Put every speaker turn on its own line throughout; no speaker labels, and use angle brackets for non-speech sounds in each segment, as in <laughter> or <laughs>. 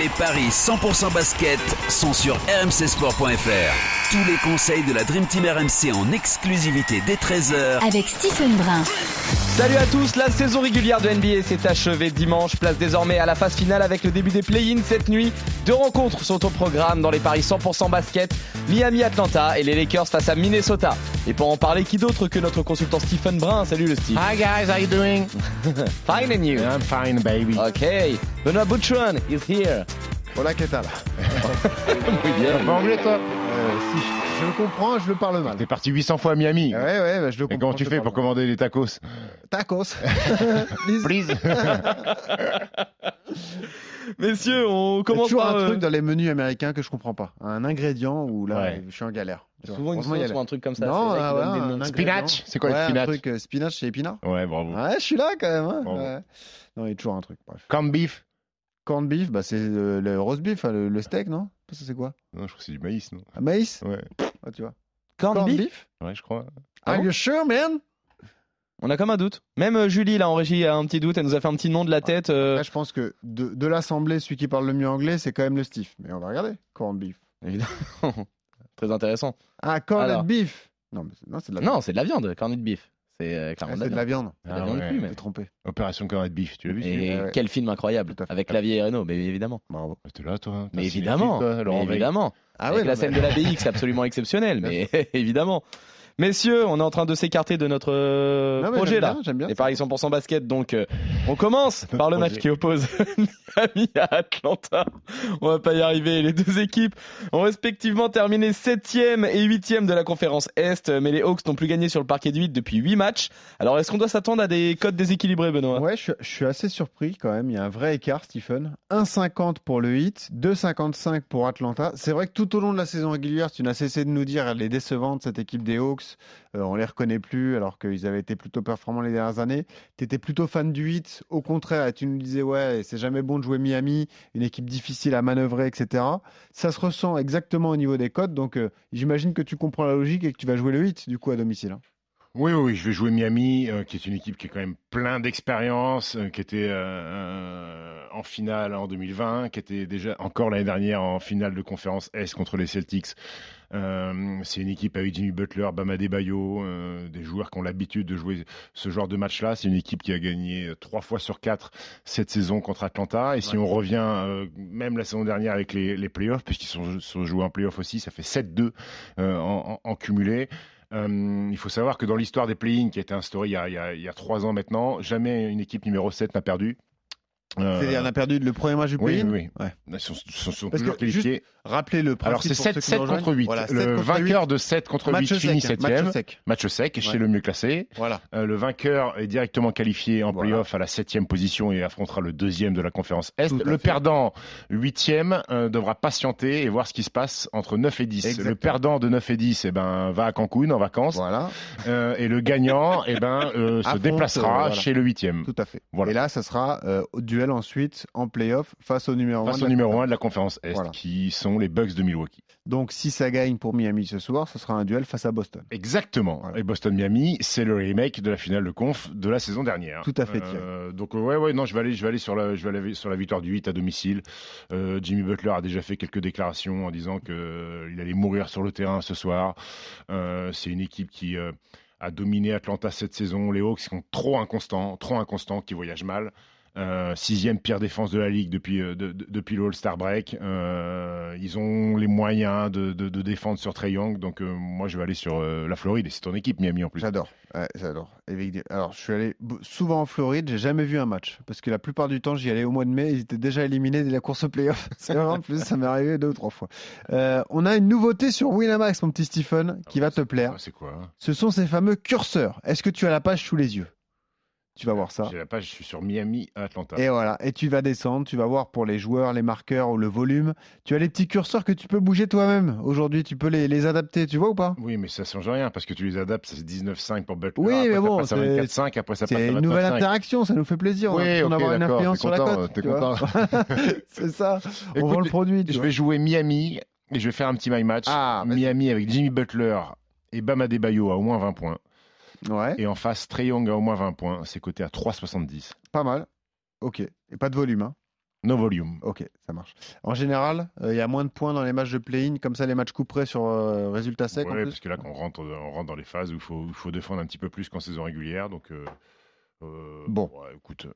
Les paris 100% basket sont sur rmcsport.fr. Tous les conseils de la Dream Team RMC en exclusivité dès 13h
avec Stephen Brun.
Salut à tous, la saison régulière de NBA s'est achevée dimanche, place désormais à la phase finale avec le début des play-ins cette nuit. Deux rencontres sont au programme dans les paris 100% basket, Miami-Atlanta et les Lakers face à Minnesota. Et pour en parler, qui d'autre que notre consultant Stephen Brun Salut le Steve.
Hi guys, how you doing?
Fine and you
I'm fine, baby.
Ok, Benoît Boutron is here.
Hola,
<laughs>
¿qué tal?
Oui, bien.
Pas anglais, toi?
Euh, si, je le comprends, je le parle mal.
T'es parti 800 fois à Miami.
Oh, Ouais, ouais, bah, je le comprends.
Et comment tu
je
fais
le
pour
parle
commander les tacos
mal.
<laughs>
Tacos.
Please.
Messieurs, on
Il y a
commence
toujours
par...
un
euh,
truc dans les menus américains que je comprends pas. Un ingrédient où là,
Ouais.
je suis en galère.
Souvent une
Heureusement, il y a
sauce
la-
ou un truc comme ça.
Non,
c'est vrai
ah,
qu'ils donnent
ouais,
des
un
noms.
ingrédic-
Spinach C'est quoi
ouais,
le
un
spinach Mmh.
truc euh, spinach et épinards.
Ouais, bravo.
Ouais, je suis là quand même. hein.
Bravo.
Ouais. Non, il y a toujours un truc. Bref.
Corn beef
Corned beef, bah, c'est euh, le roast beef, hein, le, le steak, non Ça, c'est quoi
Non, je crois que c'est du maïs, non
Un Maïs
Ouais,
Ah, Tu vois.
Corned beef
ouais, je crois.
Ah
Are
bon
you sure, man
On a comme un doute. Même euh, Julie, là, en régie, a un petit doute. Elle nous a fait un petit nom de la tête. euh,
Là, je pense que de, de l'assemblée, celui qui parle le mieux anglais, c'est quand même le Steve. Mais on va regarder. Corned beef.
Évidemment. Très intéressant.
Ah, corned
Alors.
beef Non, mais c'est- non, c'est de la
Bah Non, c'est de la viande, cornet de bif. C'est euh, clairement
Ah,
de la
c'est
viande.
de la viande.
C'est de la viande
Ah ouais.
crue,
Je me
même.
suis trompé.
Opération cornet beef, tu l'as vu celui-là
Et
ouais.
quel film incroyable
Tout à fait. Ah,
avec Clavier et Renaud, mais évidemment.
Bravo.
Ah, T'es là, toi hein. T'as
Mais
un cinéphile,
évidemment,
toi, Laurent
mais
Veil.
évidemment.
Ah
avec
non,
la
mais-
scène de l'abbaye, c'est absolument
<laughs>
exceptionnel, mais <laughs> évidemment. Messieurs, on est en train de s'écarter de notre euh,
Non, mais
projet
j'aime
là.
bien, J'aime bien.
Les paris 100% basket, donc euh, on commence par le match
projet.
qui oppose <laughs> Miami à Atlanta. On va pas y arriver. Les deux équipes ont respectivement terminé 7e et 8e de la conférence Est, mais les Hawks n'ont plus gagné sur le parquet de 8 depuis 8 matchs. Alors est-ce qu'on doit s'attendre à des codes déséquilibrés, Benoît
Ouais, je, je suis assez surpris quand même. Il y a un vrai écart, Stephen. 1,50 pour le Heat, 2,55 pour Atlanta. C'est vrai que tout au long de la saison régulière, tu n'as cessé de nous dire elle est décevante, cette équipe des Hawks. Euh, on les reconnaît plus, alors qu'ils avaient été plutôt performants les dernières années. Tu étais plutôt fan du Heat. Au contraire, et tu nous disais, ouais, c'est jamais bon de jouer Miami, une équipe difficile à manœuvrer, etc. Ça se ressent exactement au niveau des codes. Donc, euh, j'imagine que tu comprends la logique et que tu vas jouer le Heat, du coup, à domicile. hein.
Oui, oui, oui, je vais jouer Miami, euh, qui est une équipe qui est quand même plein d'expérience, euh, qui était euh, en finale en 2020, qui était déjà encore l'année dernière en finale de conférence S contre les Celtics. Euh, c'est une équipe avec Jimmy Butler, Bam Adebayo, euh, des joueurs qui ont l'habitude de jouer ce genre de match-là. C'est une équipe qui a gagné euh, trois fois sur quatre cette saison contre Atlanta. Et si on revient, euh, même la saison dernière avec les, les playoffs, puisqu'ils sont, sont joués en playoffs aussi, ça fait 7-2 euh, en, en- en cumulé. Euh, il faut savoir que dans l'histoire des play-ins qui a été instaurée il y a, il y a- il y a trois ans maintenant, jamais une équipe numéro 7 n'a perdu. Euh,
C'est-à-dire, on a perdu le premier match du
oui,
pays.
oui.
Ouais.
Ils sont, sont- sont
Parce
toujours
que juste-
qualifiés.
Rappelez le principe.
Alors c'est
pour
7,
ceux qui
7
nous rejoignent.
contre 8.
Voilà, 7
le
contre
vainqueur de 7 contre 8
match sec,
finit
hein,
7
Match
e
sec.
Match sec, chez
Ouais.
le mieux classé.
Voilà.
Euh, le vainqueur est directement qualifié en
Voilà.
playoff à la septième position et affrontera le deuxième de la conférence Est.
Tout à
Le
fait.
perdant huitième euh, devra patienter et voir ce qui se passe entre 9 et 10.
Exactement.
Le perdant de 9 et 10 eh ben, va à Cancun en vacances
Voilà,
Euh, et le gagnant eh ben, euh, se
<laughs> Affronte,
déplacera
euh, voilà.
chez le huitième.
tout à fait.
Voilà.
Et là, ça sera euh, au duel ensuite en playoff face au numéro 1.
Face au numéro 1 de la conférence Est,
Voilà.
qui sont les Bucks de Milwaukee.
Donc, si ça gagne pour Miami ce soir, ce sera un duel face à Boston.
Exactement.
Voilà.
Et Boston-Miami, c'est le remake de la finale de conf de la saison dernière.
Tout à fait,
Euh, donc euh, ouais, ouais, non, je vais aller, je vais aller sur la, je vais aller sur la victoire du 8 à domicile. Euh, Jimmy Butler a déjà fait quelques déclarations en disant que euh, il allait mourir sur le terrain ce soir. Euh, c'est une équipe qui euh, a dominé Atlanta cette saison. Les Hawks qui sont trop inconstants, trop inconstants, qui voyagent mal. Euh, sixième pire défense de la ligue depuis, euh, de- de- depuis le All-Star Break. Euh, ils ont les moyens de, de- de défendre sur Trey Young. Donc, euh, moi, je vais aller sur euh, la Floride. Et c'est ton équipe, Miami, en plus.
J'adore. Ouais, j'adore. Et avec des- Alors, je suis allé b- souvent en Floride, j'ai jamais vu un match. Parce que la plupart du temps, j'y allais au mois de mai, ils étaient déjà éliminés de la course au playoff. <laughs> C'est vraiment plus, ça m'est arrivé deux ou trois fois. Euh, on a une nouveauté sur Winamax, mon petit Stephen, qui va te plaire.
Ah, c'est quoi hein
Ce sont ces fameux curseurs. Est-ce que tu as la page sous les yeux Tu vas voir ça.
J'ai la page, je suis sur Miami à Atlanta.
Et voilà, et tu vas descendre, tu vas voir pour les joueurs, les marqueurs ou le volume. Tu as les petits curseurs que tu peux bouger toi-même. Aujourd'hui, tu peux les, les adapter, tu vois ou pas
Oui, mais ça change rien parce que tu les adaptes. C'est 19-5 pour Butler.
Oui,
après,
mais
ça
bon,
passe à
c'est-
24-5, après ça passe à
C'est une nouvelle
29-5.
interaction, ça nous fait plaisir. on a
Oui,
l'impression
ok,
d'avoir une
d'accord,
influence
t'es
sur la
content,
cote.
t'es
tu vois. <laughs> C'est ça, on
Écoute,
vend le produit. tu
Je
vois.
vais jouer Miami et je vais faire un petit my match.
Ah, vas-y.
Miami avec Jimmy Butler et Bam Adebayo à au moins 20 points.
Ouais,
Et en face, Trey Young a au moins 20 points. C'est coté à 3,70.
pas mal. Ok. Et pas de volume, hein.
No volume.
Ok, ça marche. En général, euh, il y a moins de points dans les matchs de play-in, comme ça les matchs couperés sur euh, résultat sec. en
Ouais,
plus.
parce que là, quand on rentre, on rentre dans les phases où il faut, où faut défendre un petit peu plus qu'en saison régulière. Donc, euh, euh,
Bon.
ouais, écoute, euh,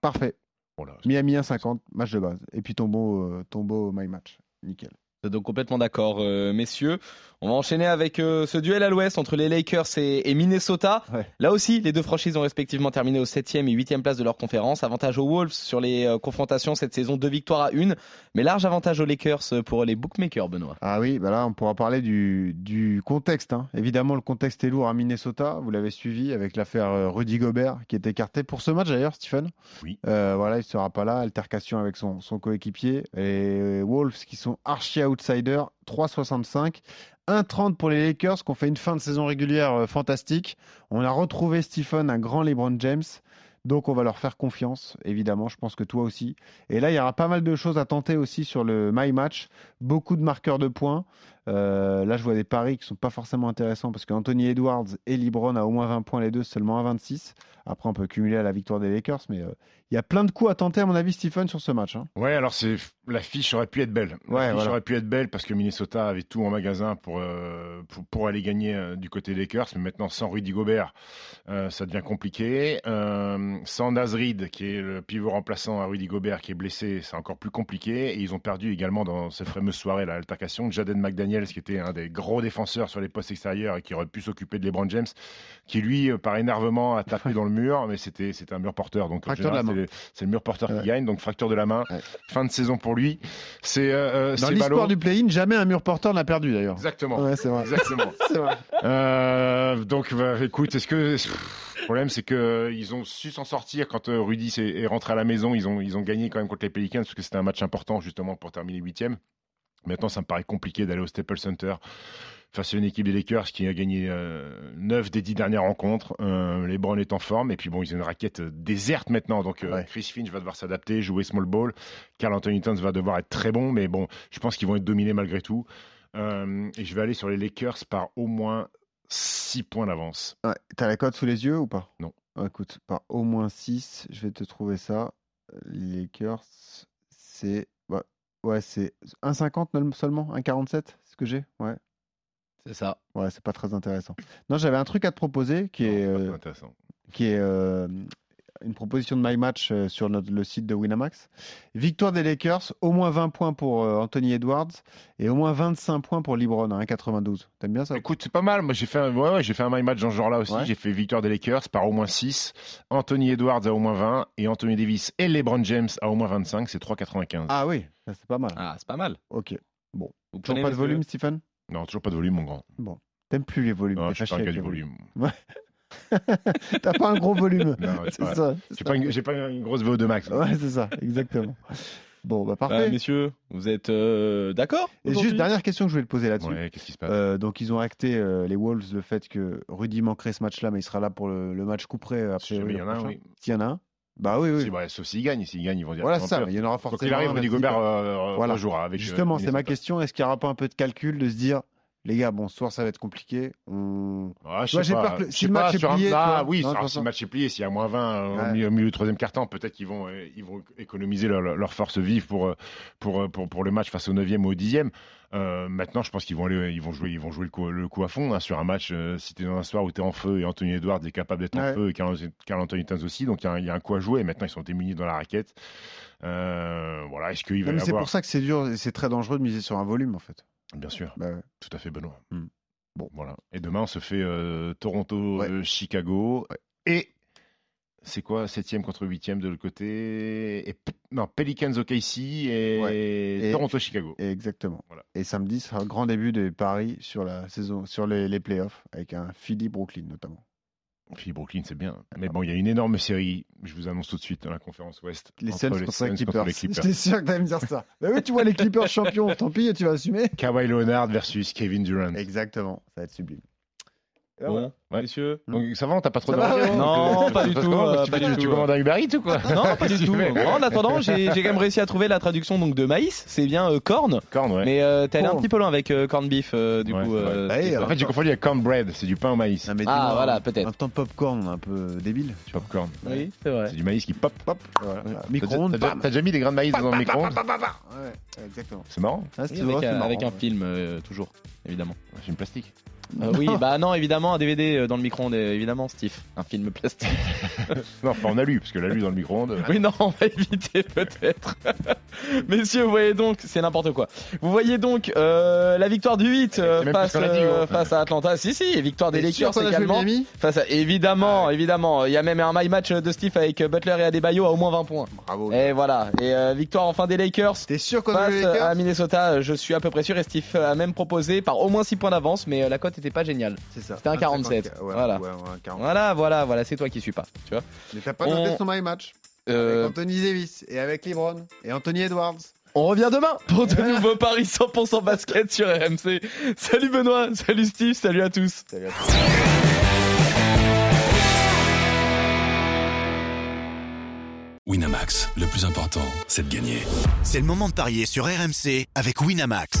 Parfait.
voilà.
Miami 1,50, match de base. Et puis Tombeau, euh, Tombeau, my match. Nickel.
Donc complètement d'accord, euh, messieurs. On va enchaîner avec euh, ce duel à l'ouest entre les Lakers et, et Minnesota.
Ouais.
Là aussi, les deux franchises ont respectivement terminé aux 7e et 8e place de leur conférence. Avantage aux Wolves sur les euh, confrontations cette saison, deux victoires à une. Mais large avantage aux Lakers euh, pour les bookmakers, Benoît.
Ah oui, bah là, on pourra parler du, du contexte. hein. Évidemment, le contexte est lourd à Minnesota. Vous l'avez suivi avec l'affaire euh, Rudy Gobert, qui est écarté pour ce match d'ailleurs, Stephen.
Oui.
Euh, voilà, il sera pas là. Altercation avec son, son coéquipier. Et Wolves, qui sont archi-outsiders, 3,65. 1,30 pour les Lakers, qui ont fait une fin de saison régulière euh, fantastique. On a retrouvé Stephen, un grand LeBron James. Donc, on va leur faire confiance, évidemment. Je pense que toi aussi. Et là, il y aura pas mal de choses à tenter aussi sur le My Match beaucoup de marqueurs de points. Euh, là, je vois des paris qui sont pas forcément intéressants parce qu'Anthony Edwards et LeBron à au moins 20 points les deux, seulement à 26. Après, on peut cumuler à la victoire des Lakers, mais euh, il y a plein de coups à tenter, à mon avis, Stephen, sur ce match. hein.
Ouais, alors c'est la fiche aurait pu être belle. La
Ouais,
fiche
voilà.
aurait pu être belle parce que Minnesota avait tout en magasin pour euh, pour, pour aller gagner euh, du côté des Lakers, mais maintenant sans Rudy Gobert, euh, ça devient compliqué. Euh, sans Nazrid, qui est le pivot remplaçant à Rudy Gobert, qui est blessé, c'est encore plus compliqué. Et ils ont perdu également dans cette fameuse soirée là, l'altercation de Jaden McDaniels, qui était un des gros défenseurs sur les postes extérieurs et qui aurait pu s'occuper de LeBron James, qui lui, euh, par énervement, a tapé dans le mur, mais c'était c'était un mur porteur. Donc en
Fracture de
général,
la
c'est
main.
le- c'est le mur porteur
Ouais.
qui gagne, donc fracture de la main fin de saison pour lui. C'est euh, euh,
Dans
c'est ballot.
l'histoire du play-in, jamais un mur porteur n'a perdu d'ailleurs.
Exactement.
Ouais, c'est vrai.
Exactement.
C'est vrai.
Euh, donc, bah, écoute, est-ce que le problème, c'est que euh, ils ont su s'en sortir quand euh, Rudy s'est- est, rentré à la maison. Ils ont, ils ont gagné quand même contre les Pelicans parce que c'était un match important justement pour terminer huitième. Maintenant, ça me paraît compliqué d'aller au Staples Center face à une équipe des Lakers qui a gagné euh, 9 des 10 dernières rencontres. Euh, LeBron est en forme et puis bon, ils ont une raquette euh, déserte maintenant. Donc euh,
Ouais.
Chris Finch va devoir s'adapter, jouer small ball. Carl Anthony Towns va devoir être très bon, mais bon, je pense qu'ils vont être dominés malgré tout. Euh, et je vais aller sur les Lakers par au moins 6 points d'avance.
Ouais, T'as la cote sous les yeux ou pas
Non.
Ah, écoute, par au moins 6, je vais te trouver ça. Les Lakers, c'est. Ouais, ouais, c'est 1,50 seulement 1,47 C'est ce que j'ai Ouais.
C'est ça.
Ouais, c'est pas très intéressant. Non, j'avais un truc à te proposer qui est,
C'est pas
euh,
très intéressant.
qui est euh, une proposition de My Match euh, sur notre- le site de Winamax. Victoire des Lakers, au moins 20 points pour euh, Anthony Edwards et au moins 25 points pour LeBron à 1,92. T'aimes bien ça
Écoute, c'est pas mal. Moi, j'ai fait un, ouais, ouais, j'ai fait un my match dans ce genre-là aussi.
Ouais.
J'ai fait victoire des Lakers par au moins 6. Anthony Edwards à au moins 20. Et Anthony Davis et LeBron James à au moins 25. C'est 3,95.
Ah oui, ça, c'est pas mal.
Ah, c'est pas mal.
Ok.
Vous
Toujours
prenez
pas
le-
de volume, Stephen
Non, toujours pas de volume, mon grand.
T'aimes plus les volumes.
Non,
t'es
je suis
fâché
pas un gars
avec
du
les volumes. <laughs>
volume.
T'as pas un
<laughs>
gros volume.
Non, c'est
c'est
pas-
ça.
J'ai pas, une- j'ai pas une grosse VO2 max.
Ouais, c'est ça, exactement. Bon, bah
Bah,
parfait.
messieurs, vous êtes euh, d'accord
et juste
aujourd'hui
dernière question que je voulais te poser là-dessus.
Ouais, qu'est-ce qui se passe
Euh, donc ils ont acté euh, les Wolves le fait que Rudy manquerait ce match-là, mais il sera là pour le, le match couperé. euh, a
Si jamais
priori,
il y
le
en a un,
prochain.
oui.
S'il y en a un, bah oui, oui.
Si, bah, sauf s'ils gagnent. S'ils gagnent, ils vont dire.
voilà
ils vont
ça.
perdre.
Il y en aura
Quand
forcément.
il arrive,
un,
Rudy
merci,
Gobert
quoi.
euh,
Voilà.
rejouera avec. euh,
Justement, c'est ma
Minnesota.
question. Est-ce qu'il n'y aura pas un peu de calcul de se dire, les gars, bon, ce soir ça va être compliqué. on-
Ah, je
Moi,
sais
j'ai
pas.
peur que le-
Je
si
sais
le
pas,
match est
sur un-
plié,
Ah
toi.
oui,
Non,
alors,
de toute
si
façon.
le match est plié, s'il y a moins 20 euh,
Ouais.
au, milieu, au milieu du troisième quart-temps, peut-être qu'ils vont, euh, ils vont économiser leur, leur force vive pour, euh, pour, euh, pour, pour le match face au 9e ou au 10e. Euh, maintenant, je pense qu'ils vont, aller, ils vont jouer, ils vont jouer le, coup, le coup à fond hein, sur un match. euh, si tu es dans un soir où tu es en feu et Anthony Edwards est capable d'être
Ouais.
en feu et Carl Carl Anthony Towns aussi, donc il y, a un- il y a un coup à jouer. Maintenant, ils sont démunis dans la raquette. Euh, voilà, est-ce qu'il va
Non,
y
mais c'est
avoir.
pour ça que c'est dur, et c'est très dangereux de miser sur un volume en fait.
Bien sûr.
Bah ouais.
Tout à fait, Benoît.
Hmm.
Bon, voilà. Et demain, on se fait euh, Toronto,
Ouais.
euh, Chicago. Et c'est quoi Septième contre huitième de l'autre côté et, p- Non, Pelicans OKC et,
Ouais. Et-
Toronto, Chicago.
Et exactement.
Voilà.
Et samedi ce sera le grand début des paris sur la saison, sur les, les playoffs avec un Philly Brooklyn notamment.
Puis Brooklyn, c'est bien.
Ah.
Mais bon, il y a une énorme série. Je vous annonce tout de suite dans la conférence Ouest.
Les
entre
Suns contre les
Suns
Clippers.
les Clippers.
<laughs> J'étais sûr que t'allais me dire ça. Bah oui, tu vois les Clippers <laughs> champions. Tant pis, tu vas assumer.
Kawhi Leonard versus Kevin Durant.
Exactement, ça va être sublime. Ah,
Bon.
voilà.
Ouais.
Messieurs
Donc ça va, on t'a pas trop
Ça va,
dérangé
ouais.
Non,
Donc,
pas
euh,
du
ça se
tout,
passe
euh,
comment
pas
Tu-
du
Tu
tout.
commandes un Uber Eats ou
<laughs>
quoi
Non, pas du
Si,
tout.
mais-
Bon, en attendant, j'ai j'ai quand même réussi à trouver la traduction donc de maïs, c'est bien euh, corne,
Corn, ouais.
mais euh, t'es allé un
Corn.
petit peu loin avec euh, corn beef euh, du
Ouais,
coup.
c'est vrai.
euh,
Bah, et,
c'était
euh,
En fait, j'ai confondu avec cornbread, c'est du pain au maïs.
Non, mais
Ah,
dis-moi,
voilà,
en-
peut-être.
En même temps, popcorn, un peu débile. tu vois.
Popcorn.
quoi. Oui, c'est vrai.
C'est du maïs qui pop.
Pop, voilà.
Ouais.
Micro-ondes,
T'as déjà-
pam.
T'as déjà mis des grains de maïs dans le micro-ondes
Ouais, exactement.
C'est marrant.
Ah,
Oui,
c'était
avec,
vrai,
un-
c'est
avec un
marrant. <laughs>
film, euh, toujours, évidemment.
C'est une plastique.
Euh, oui, bah non, évidemment, un DVD euh, dans le micro-ondes, euh, évidemment, Steve. Un film plastique.
Non, enfin, on a lu, parce que la lu dans le
<laughs>
micro-ondes.
Oui, non, on va éviter peut-être. <laughs> Messieurs, vous voyez donc, c'est n'importe quoi. Vous voyez donc euh, la victoire du 8 euh,
C'est même
face,
plus qu'on l'a dit, hein.
euh,
ouais.
face à Atlanta. Si, si, et victoire des
T'es sûr
Lakers
qu'on a joué
également.
Miami
Face à- évidemment, évidemment. Il y a même un my match de Steve avec euh, Butler et Adebayo à au moins 20 points.
Oh
Bravo.
Et voilà. Et euh, victoire enfin des Lakers.
T'es sûr qu'on a joué
Face
les
à
Lakers
Minnesota, euh, je suis à peu près sûr, et Steve euh, a même proposé par au moins 6 points d'avance, mais euh, la cote était pas géniale.
C'est ça.
C'était un 47.
55, ouais,
Voilà.
ouais, ouais, un 40.
Voilà, voilà, voilà, c'est toi qui suis pas, tu vois.
Mais t'as pas noté
On-
son my match
Euh,
avec Anthony Davis et avec LeBron et Anthony Edwards.
On revient demain pour <laughs> de nouveaux paris 100% basket sur RMC. Salut Benoît, salut Steve, salut à tous.
Winamax, le plus important, c'est de gagner.
C'est le moment de parier sur RMC avec Winamax.